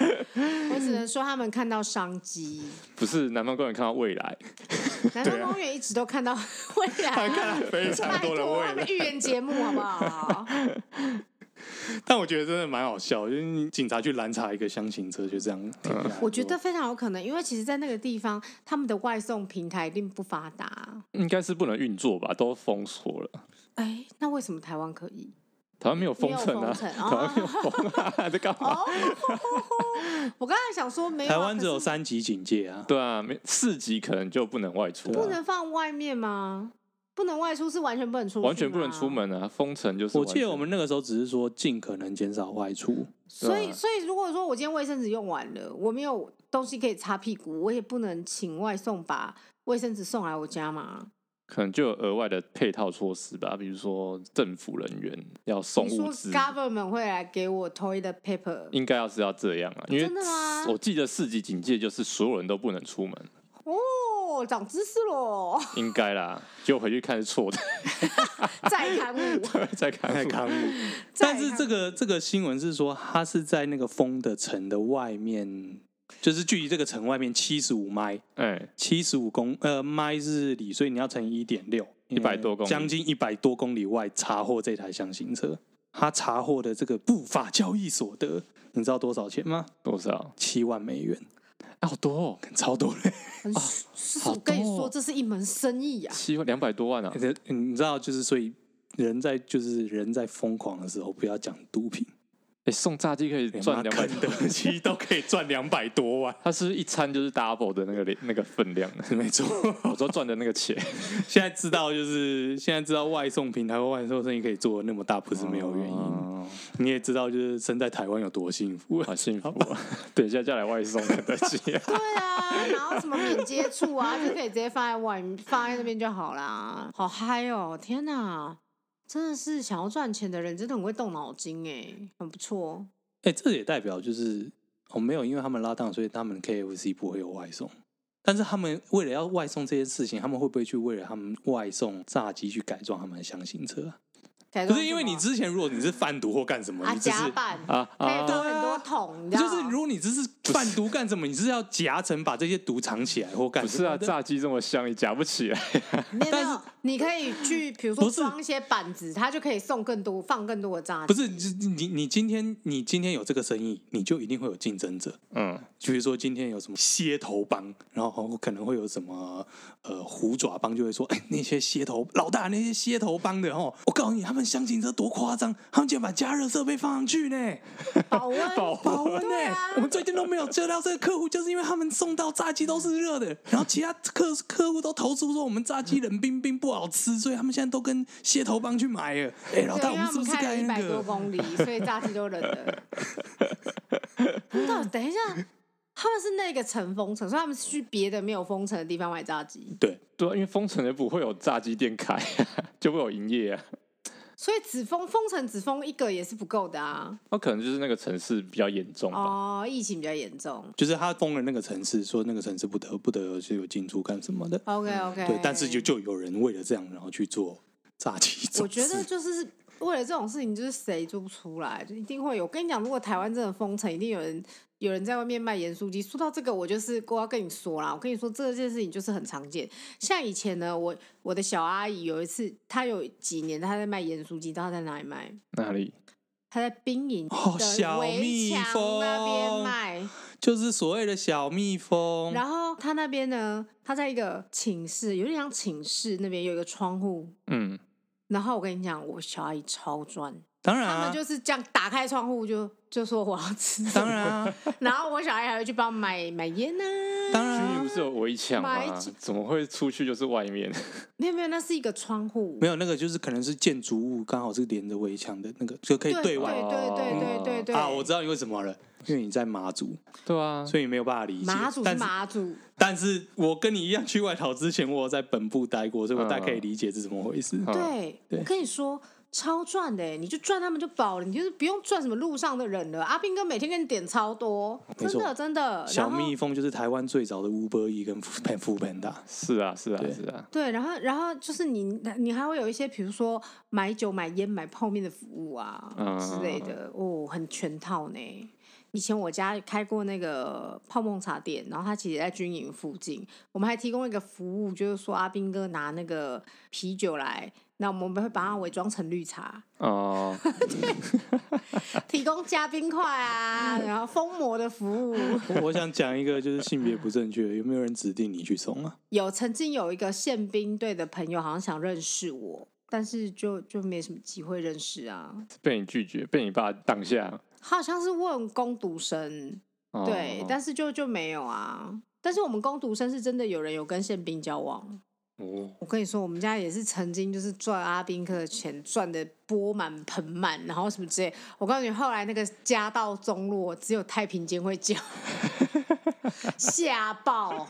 S3: 我只能说他们看到商机。
S2: 不是南方公园看到未来，
S3: 南方
S2: 啊
S3: 公园一直都看到未
S1: 他
S3: 来，
S1: 看了非常
S3: 拜
S1: 多的
S3: 托
S1: 未
S3: 他
S1: 来
S3: 们，预言节目好不 (laughs) 好？
S1: 但我觉得真的蛮好笑，就是你警察去拦查一个箱型车，就这样停下来
S3: 我觉得非常有可能，因为其实，在那个地方，他们的外送平台一定不发达。
S2: 应该是不能运作吧？都封锁了，
S3: 哎，那为什么台湾可以？
S2: 台湾没有封城啊，
S3: 没有封哦城哦
S2: 台湾没有封啊， (laughs) 在干嘛？
S3: (laughs) 我刚才想说没有啊，
S1: 台湾只有
S3: 可是
S1: 三级警戒啊，
S2: 对啊，没四级可能就不能外出
S3: 不
S2: 啊，
S3: 能放外面吗？不能外出是完全不能出去，
S2: 完全不能出。门啊，封城就是
S1: 我
S2: 完全。
S1: 记得我们那个时候只是说尽可能减少外 (laughs) 出，
S3: 所以，
S2: 对啊
S3: 所以如果说我今天卫生纸用完了，我没有东西可以擦屁股，我也不能请外送把卫生纸送来我家嘛。
S2: 可能就有额外的配套措施吧，比如说政府人员要送
S3: 你
S2: 物
S3: 说
S2: 资，
S3: government 会来给我 toilet paper？
S2: 应该要是要这样啊，因为
S3: 真的吗
S2: 我记得四级警戒就是所有人都不能出门，
S3: 哦，长知识
S1: (laughs)
S3: 喽，
S2: (laughs) 应该啦，结果回去看是错的， (laughs)
S3: 再刊物，
S2: 再看
S1: 太
S2: 复
S1: 看不
S3: 再
S1: 但是
S3: 刊
S1: 这
S3: 物
S1: 个这个新闻是说，它是在那个封的城的外面，就是距离这个城外面七十五迈，
S2: 哎，
S1: 七十五公呃迈日里，所以你要乘以一点六，
S2: 100多公里
S1: 将近一百多公里外查获这台箱型车。他查获的这个不法交易所得，你知道多少钱吗？
S2: 多少？
S1: 七万美元，
S2: 啊好多哦，
S1: 超哦多
S2: (laughs)
S1: 嘞！
S3: 很是我跟你
S2: 多
S3: 说，
S2: 哦
S3: 这是一门生意呀、
S2: 七两百多万
S1: 哎
S2: 啊！
S1: (laughs) 你知道，就是所以人在就是人在疯狂的时候，不要讲毒品，
S2: 哎，送炸鸡可以赚两百
S1: 肯
S2: 多，
S1: 德基都可以赚两百多万， (laughs)
S2: 它是不是一餐就是 double 的那个那个分量，
S1: 没错。
S2: (laughs) 我说赚的那个钱，
S1: 现在知道就是现在知道外送平台或外送生意可以做的那么大，不是没有原因。
S2: 哦
S1: 你也知道，就是生在台湾有多幸福。
S2: 好幸福啊！等一下再来外送肯德基啊，
S3: 对啊，然后什么免接触啊，就可以直接放在外面，放在那边就好啦。好嗨哦！天哪，真的是想要赚钱的人，真的很会动脑筋哎，很不错。
S1: 哎、这也代表就是哦，没有，因为他们拉档，所以他们 KFC 不会有外送。但是他们为了要外送这些事情，他们会不会去为了他们外送炸鸡去改装他们的箱型车、啊？
S3: 改
S1: 不
S3: 装
S1: 是因为
S3: 什么
S1: 你之前如果你是贩毒或干什么，
S3: 啊
S1: 你只
S3: 夹
S1: 是
S3: 板，
S2: 啊
S3: 可以
S2: 啊！
S3: 装很多桶，你知道
S1: 就是如果你只是贩毒干什么，你是要夹层把这些毒藏起来或干
S2: 不
S1: 什
S2: 是
S1: 么
S2: 啊，
S1: 的？
S2: 炸鸡这么香，你夹不起来。
S3: 没有没
S1: 但
S3: 有
S1: 是，
S3: 你可以去比如
S1: 不
S3: 说
S1: 是
S3: 装一些板子，它就可以送更多放更多的炸
S1: 不
S3: 鸡。
S1: 是你你你今天你今天有这个生意，你就一定会有竞争者。
S2: 嗯，
S1: 比如说今天有什么蝎头帮，然后可能会有什么呃虎爪帮，就会说，哎、那些蝎头老大，那些蝎头帮的哦，我告诉你，他们相信这多夸张，他们竟然把加热设备放上去呢，
S3: 保温
S2: 保温
S1: 保温呢
S3: 对啊，
S1: 我们最近都没有接到这个客户，就是因为他们送到炸鸡都是热的，然后其他客客户都投诉说我们炸鸡冷冰冰不好吃，所以他们现在都跟蝎头帮去买了，哎、老
S3: (laughs) 对，
S1: 大，
S3: 啊因
S1: 我
S3: 为
S1: 们
S3: 他
S1: 是不
S3: 们
S1: 是
S3: 开了
S1: 该
S3: 一
S1: 那
S3: 百多
S1: 个？
S3: 公里，所以炸鸡都
S1: (laughs)
S3: 冷了。真的，等一下，他们是那个城封城，所以他们是去别的没有封城的地方买炸鸡，
S1: 对，
S2: 对啊，因为封城也不会有炸鸡店开， (laughs) 就会有营业啊。
S3: 所以只封封城只封一个也是不够的啊。
S2: 那可能就是那个城市比较严重吧。
S3: 哦，疫情比较严重。
S1: 就是他封了那个城市，说那个城市不得不得就有进出干什么的。
S3: OK OK，
S1: 对，但是就就有人为了这样，然后去做炸鸡走私。
S3: 我觉得就是为了这种事情，就是谁做不出来，就一定会有。我跟你讲，如果台湾真的封城，一定有人有人在外面卖盐酥鸡。说到这个，我就是我要跟你说啦，我跟你说这件事情就是很常见。像以前呢，我我的小阿姨有一次，她有几年她在卖盐酥鸡，知道她在哪里卖？
S2: 哪里？
S3: 她在兵营
S1: 哦
S3: 的
S1: 小
S3: 围
S1: 蜜
S3: 墙那边
S1: 蜂
S3: 卖。
S1: 就是所谓的小蜜蜂，
S3: 然后她那边呢，她在一个寝室，有点像寝室那边有一个窗户。
S2: 嗯，
S3: 然后我跟你讲，我小阿姨超赚。
S1: 当然
S3: 他们
S1: 啊，
S3: 就是这样打开窗户就就说我要吃什么，
S1: 当然啊， (laughs)
S3: 然后我小孩还会去帮我买买烟呐、
S1: 当然
S2: 军
S1: 啊、
S2: 营不是有围墙
S3: 买
S2: 吗
S3: 几？
S2: 怎么会出去就是外面？
S3: 没有没有，那是一个窗户，
S1: 没有那个就是可能是建筑物刚好是连着围墙的那个，就可以
S3: 对
S1: 对外。
S3: 对对对对对
S1: 啊，我知道你为什么了，因为你在马祖，
S2: 对啊，
S1: 所以你没有办法理解。
S3: 马祖是
S1: 但是嗯
S3: 马祖，
S1: 但是我跟你一样去外逃之前，我有在本部待过，所以我大概可以理解是怎么回事。
S2: 嗯
S3: 对，
S1: 对
S3: 我跟你说。超赚的欸，你就赚他们就饱了，你就是不用赚什么路上的人了。阿斌哥每天给你点超多，
S1: 没
S3: 真
S1: 错
S3: 的真的。
S1: 小
S3: 然后
S1: 蜜蜂就是台湾最早的 Uber E 跟 Food Food
S3: (laughs)
S1: Panda，
S2: 是啊，是啊
S1: 对，
S2: 是啊，
S3: 对，然后然后就是你你还会有一些，比如说买酒、买烟、买泡面的服务啊、
S2: 嗯
S3: 之类的，哦，很全套呢。以前我家开过那个泡沫茶店，然后它其实在军营附近，我们还提供一个服务，就是说阿斌哥拿那个啤酒来，那我们会把它伪装成绿茶，
S2: 哦，
S3: 提供加冰块啊，然后封膜的服务。
S1: 我我想讲一个就是性别不正确，有没有人指定你去送啊？
S3: 有曾经有一个宪兵队的朋友，好像想认识我，但是就就没什么机会认识啊。
S2: 被你拒绝，被你爸挡下。
S3: 好像是问攻读生，
S2: 哦
S3: 对，但是就就没有啊。但是我们攻读生是真的有人有跟宪兵交往。
S2: 哦
S3: 我跟你说，我们家也是曾经就是赚阿宾克的钱，赚的钵满盆满，然后什么之类。我告诉你，后来那个家道中落，只有太平间会叫，吓爆。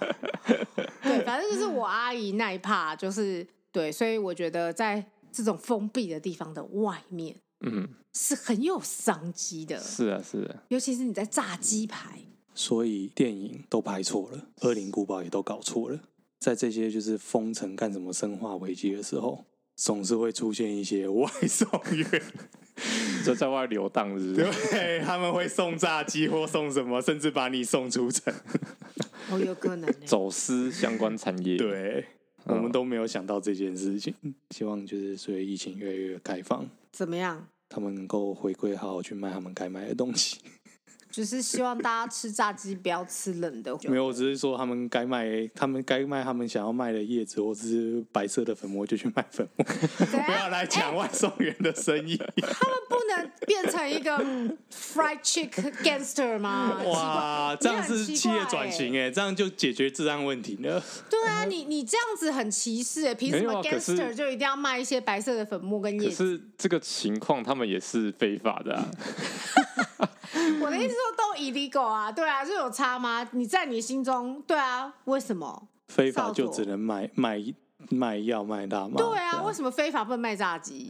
S3: 对，反正就是我阿姨那一趴，就是对，所以我觉得在这种封闭的地方的外面
S2: 嗯，
S3: 是很有商机的。
S2: 是啊，是啊，
S3: 尤其是你在炸鸡排，
S1: 所以电影都拍错了，《恶灵古堡》也都搞错了。在这些就是封城干什么生化危机的时候，总是会出现一些外送员， (laughs)
S2: 就在外游荡，是不是？
S1: 对，他们会送炸鸡或送什么，甚至把你送出城。
S3: 哦，有
S2: (laughs)
S3: 可能、欸。
S2: (laughs) 走私相关产业，，
S1: 对，我们都没有想到这件事情。希望就是随着疫情越来越开放，
S3: 怎么样？
S1: 他们能够回归，好好去卖他们该卖的东西。
S3: 就是希望大家吃炸鸡不要吃冷的。
S1: 没有，我只是说他们该卖，他们该卖他们想要卖的叶子或者是白色的粉末，就去卖粉末，
S3: 怎 (laughs)
S1: 不要
S3: 样？
S1: 来抢外送员的生意。
S3: 哎不能变成一个 fried chick gangster
S1: (laughs)
S3: 吗？(laughs)
S1: 哇，
S3: 奇
S1: 这
S3: 怪欸
S1: 样是企业转。
S3: 你很奇怪
S1: 型哎、这样就解决治安问题了。
S3: 欸对啊，你你这样子很歧视、欸，凭什
S2: 没
S3: 么
S2: 有啊可是
S3: gangster 就一定要卖一些白色的粉末跟
S2: 可
S3: 叶子？
S2: 是这个情况他们也是非法的啊， (laughs)
S3: 我的意思说都 illegal 啊，对啊，就有差吗？你在你心中，对啊，为什么？
S1: 非法就
S3: 少佐
S1: 只能卖卖卖药卖大麻。
S3: 对啊，为什么非法不能卖
S1: (laughs)
S3: 炸鸡？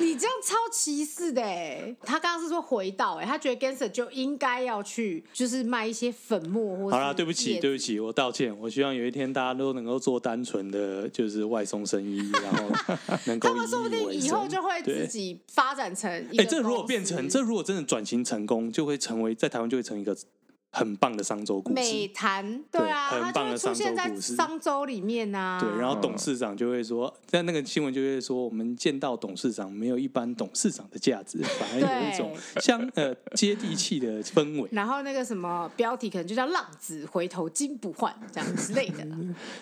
S3: 你这样超歧视的、欸。他刚刚是说回到、欸，他觉得 Ganser 就应该要去，就是卖一些粉末或是
S1: 好啦，对不起，
S3: 叶
S1: 对不起，我道歉。我希望有一天大家都能够做单纯的，就是外送生
S3: (laughs)
S1: 意，然后能够
S3: 他们说不
S1: 以
S3: 定
S1: 为
S3: 以后
S1: 生
S3: 就会自
S1: 对
S3: 己发展成一
S1: 哎、
S3: 个
S1: 这如果
S3: 公
S1: 变
S3: 司
S1: 成，这如果真的转型成功，就会成为在台湾就会成一个很棒的商周故
S3: 美
S1: 事。
S3: 谈，对啊，
S1: 对很
S3: 他就
S1: 棒
S3: 会
S1: 的
S3: 出
S1: 商
S3: 现
S1: 周
S3: 在
S1: 故事
S3: 商周里面啊。
S1: 对，然后
S2: 嗯
S1: 董事长就会说，在那个新闻就会说，我们见到董事长没有一般董事长的价
S3: (laughs)
S1: 值，反而有一种相呃接地气的氛围。 (laughs)
S3: 然后那个什么标题可能就叫“浪子回头金不换”这样之类的，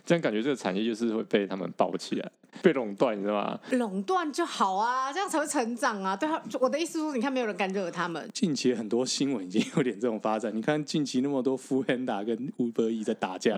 S2: 这样感觉这个产业就是会被他们包起来，被垄断，你知道吗？
S3: 垄断就好啊，这样才会成长啊。对啊，我的意思说，你看没有人敢惹他们，
S1: 近期很多新闻已经有点这种发展，你看近期那么多 f o o p a n d a 跟 Uber E 在打
S3: (laughs)
S1: 架，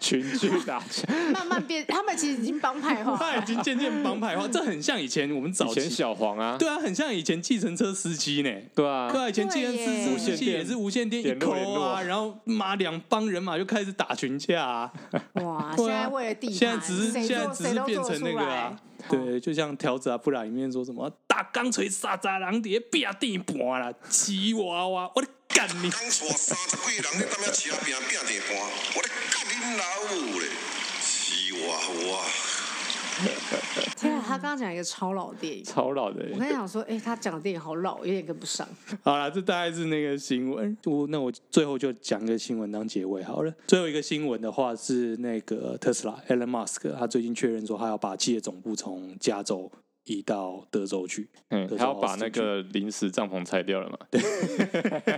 S2: 群
S1: (laughs)
S2: 聚打架，
S3: 慢慢变，他们其实已经帮派化
S1: 他
S3: 了
S1: 已。经渐渐帮派化，这很像以前我们早
S2: 以前
S1: 期，
S2: 小黄啊，
S1: 对啊，很像以前计程车司机呢。
S2: 对啊，
S1: 对啊，以前
S3: 对
S1: 计
S3: 耶
S1: 程车司机也是无线电一
S2: 联
S1: 扣
S2: 络联
S1: 啊，
S2: 络
S1: 然后妈两帮人马就开始打群架啊。
S3: (laughs) 哇，现
S1: 对啊
S3: 在为了地盘，
S1: 现在只是
S3: 谁
S1: 现在
S3: 做
S1: 只
S3: 谁
S1: 是
S3: 都
S1: 变
S3: 做
S1: 成
S3: 出
S1: 那个啊
S3: 来。，
S1: 对，就像条子啊不然里面说什么大钢锤杀蟑螂碟，别地盘啦，吉娃娃，我的干你！
S5: 刚娶三十几人，你当要吃拼拼地盘，我咧干恁老母咧，是我我。
S3: 天啊，他刚刚讲一个超老的 (laughs) 电影，
S2: 超老的欸，
S3: 我跟你讲说，哎，他讲的电影好老，有点跟不上。
S1: 好了，这大概是那个新闻。我那我最后就讲一个新闻当结尾好了。最后一个新闻的话是那个特斯拉 Elon Musk，他最近确认说他要把企业总部从加州移到德州去。
S2: 嗯，
S1: 德州
S2: 他要把
S1: 奥斯
S2: 那
S1: 汀
S2: 个临时帐篷拆掉了嘛？
S3: (laughs)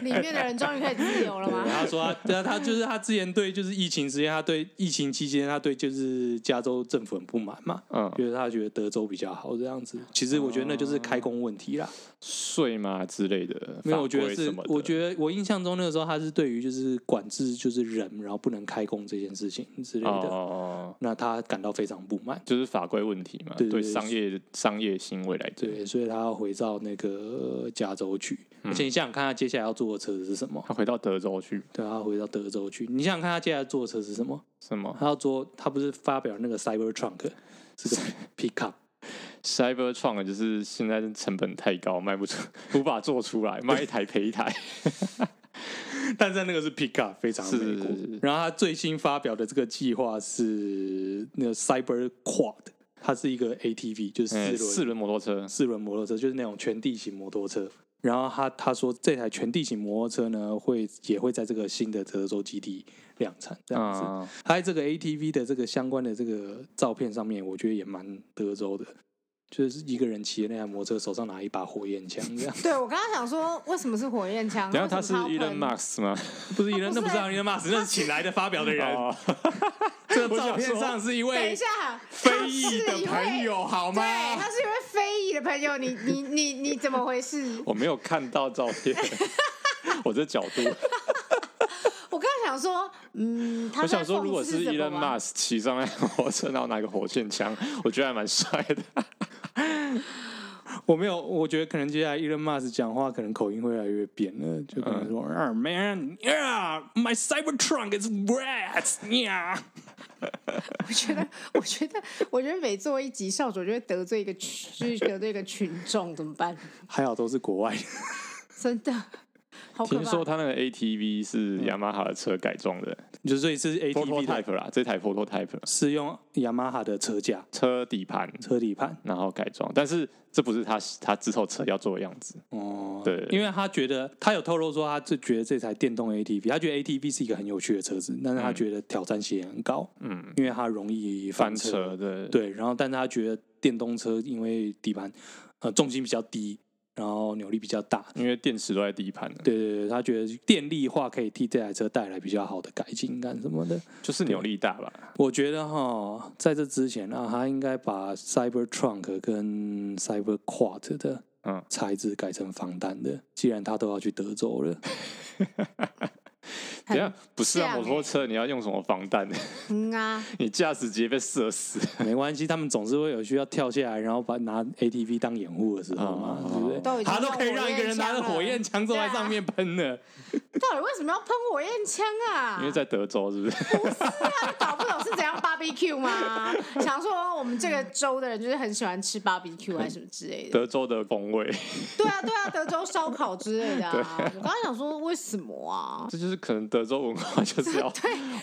S3: 里面的人终于可以自由了吗？
S1: 他说他，对啊，他就是他之前对就是疫情时间，他对疫情期间，他对就是加州政府很不满嘛，
S2: 嗯，
S1: 就是他觉得德州比较好这样子。其实我觉得那就是开工问题啦，
S2: 税嘛之类的，
S1: 没有，我觉得
S2: 哦法规
S1: 是
S2: 什么，的
S1: 我觉得我印象中那个时候他是对于就是管制就是人，然后不能开工这件事情之类
S2: 哦哦
S1: 的，
S2: 哦，
S1: 那他感到非常不满。
S2: 就是法规问题嘛，
S1: 对对
S2: 对
S1: 对
S2: 商业商业行为来讲，
S1: 对，所以他要回到那个加州去，
S2: 嗯
S1: 而且你想想看，他接下来要坐的车子是什么？
S2: 他回到德州去，
S1: 对，他要回到德州去。你想想看，他接下来坐的车是什么？
S2: 什么
S1: (laughs) 他要坐，他不是发表那个 Cybertruck 是个 pickup，
S2: Cyber 创的就是现在成本太高，卖不出，无法做出来，卖一台赔一台。
S1: 但是那个是 pickup，非常美国。
S2: 是是是
S1: 然后他最新发表的这个计划是那个 Cyber Quad，它是一个 ATV，就是 (laughs) 哎四轮、
S2: 嗯四轮摩托车，
S1: 四轮摩托车，就是那种全地形摩托车。然后他他说这台全地形摩托车呢，会也会在这个新的德州基地量产，这样子。
S2: 啊，
S1: 他在这个 ATV 的这个相关的这个照片上面，我觉得也蛮德州的，就是一个人骑的那台摩托车，手上拿一把火焰枪，这样
S3: 对，我刚刚想说，为什么是火焰枪？
S2: 然后
S3: 为什么
S2: 他是
S3: 要
S2: Elon
S3: 喷
S2: Musk 吗？
S1: (laughs) 不是一人，那
S3: 不是
S1: 不是伊人马斯，那是请来的发表的人。
S2: 哦
S1: 这个照片上是一
S3: 等一
S1: 位
S3: 下，他
S1: 非
S3: 是
S1: 裔的
S3: 一
S1: 朋
S3: 位，
S1: 友，好吗？
S3: 对，他是一位非裔的朋友，你你你你怎么回事？
S2: 我没有看到照
S3: (laughs)
S2: 片，我这角度，
S3: 我刚刚想说，嗯，他
S2: 我
S3: 在
S2: 想说，如果
S3: 讽刺
S2: 是
S3: 什么
S2: Elon
S3: 吗
S2: Musk 骑上来火车，然后拿个火箭枪，我觉得还蛮帅的。
S1: 我没有，我觉得可能接下来 Elon Musk 讲话可能口音会越来越变了，就可能说、啊 Man, yeah, my Cybertruck is red, yeah。
S3: 我觉得，我觉得，我觉得每做一集少主就会得罪一个群，就是得罪一个群众，怎么办？
S1: 还好都是国外的，
S3: 真的，好可
S2: 听说
S3: 怕。
S2: 他那个 ATV
S3: 嗯
S2: 是雅马哈的车改装的
S1: (laughs) 就是所以是 ATV 的，
S2: ，prototype 啦，这台 prototype
S1: 是用雅马哈的车架、
S2: 车底盘，
S1: 车底盘。
S2: 然后改装，但是这不是他他之后车要做的样子。
S1: 哦，
S2: 对
S1: 因为他觉得他有透露说，他就觉得这台电动 ATV，他觉得 ATV 是一个很有趣的车子，但是他觉得挑战性也很高，
S2: 嗯，
S1: 因为它容易
S2: 翻
S1: 车。
S2: 车的，
S1: 对，然后但是他觉得电动车因为底盘呃重心比较低，然后扭力比较大，
S2: 因为电池都在底盘了，
S1: 对对对，他觉得电力化可以替这台车带来比较好的改进感什么的。
S2: 就是扭力大吧。
S1: 我觉得哈，在这之前啊，他应该把 Cyber Trunk 跟 Cyber Quad 的
S2: 嗯
S1: 材质改成防弹的。既然他都要去德州
S2: (laughs)
S1: 了，
S2: 等一下不是啊，
S3: 像
S2: 摩托
S3: 欸
S2: 车你要用什么防弹？ (laughs)
S3: 嗯啊，
S2: 你驾驶直接被射死。
S1: 没关系，他们总是会有需要跳下来，然后把拿 ATV 当掩护的时候嘛，
S2: 哦
S1: 对不对？
S3: 都已经
S1: 他都
S3: 用
S1: 可以
S3: 火
S1: 让一个
S3: 焰
S1: 人拿着
S3: 枪
S1: 火
S3: 了
S1: 焰枪坐在
S3: 对
S1: (laughs)
S3: 啊
S1: 上面喷了。
S3: 到底为什么要喷火焰枪啊？
S2: 因为在德州是不是？
S3: (laughs) 他搞不懂是怎样 barbecue 吗？想说我们这个州的人就是很喜欢吃 barbecue 还是什么之类的。
S2: 德州的风味，
S3: 对啊，对啊，德州烧烤之类的啊。我刚刚想说为什么啊？
S2: 这就是可能德州文化就是要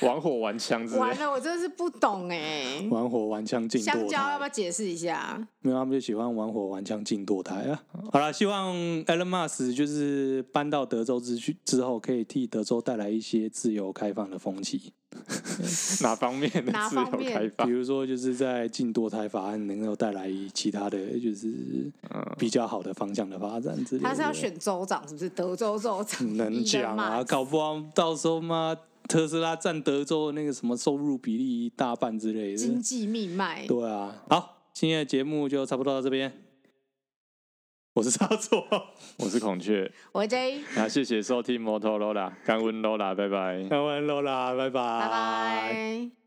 S2: 玩火玩枪之类
S3: 完
S2: 的。
S3: 了，我真的是不懂哎、
S1: (laughs) 玩火玩枪进
S3: 香
S1: 堕
S3: 蕉要不要
S1: 胎，
S3: 解释一下？
S1: 没有他们就喜欢玩火玩枪进堕胎啊。
S2: 哦
S1: 好了，希望 Elon Musk 就是搬到德州之去之后，可以替德州带来一些自由开放的风气，
S2: 哪方面的
S3: 哪
S2: 自由
S3: 方面
S2: 开
S1: 比
S2: 放？
S1: 如说就是在禁堕胎法案能够带来其他的就是比较好的方向的发展之类的。
S3: 他是要选州长是不是？德州州长 (laughs)
S1: 能讲啊，搞不好到时候嘛，特斯拉占德州的那个什么收入比例一大半之类
S3: 经
S1: 的。
S3: 济命脉。
S1: 对啊，好，今天的节目就差不多到这边。我是沙座，
S2: 我是孔雀，
S3: 我 J，
S2: 那谢谢收听摩托罗拉，干温罗拉，拜拜。
S1: 台湾 Lola，拜拜，
S3: 拜拜。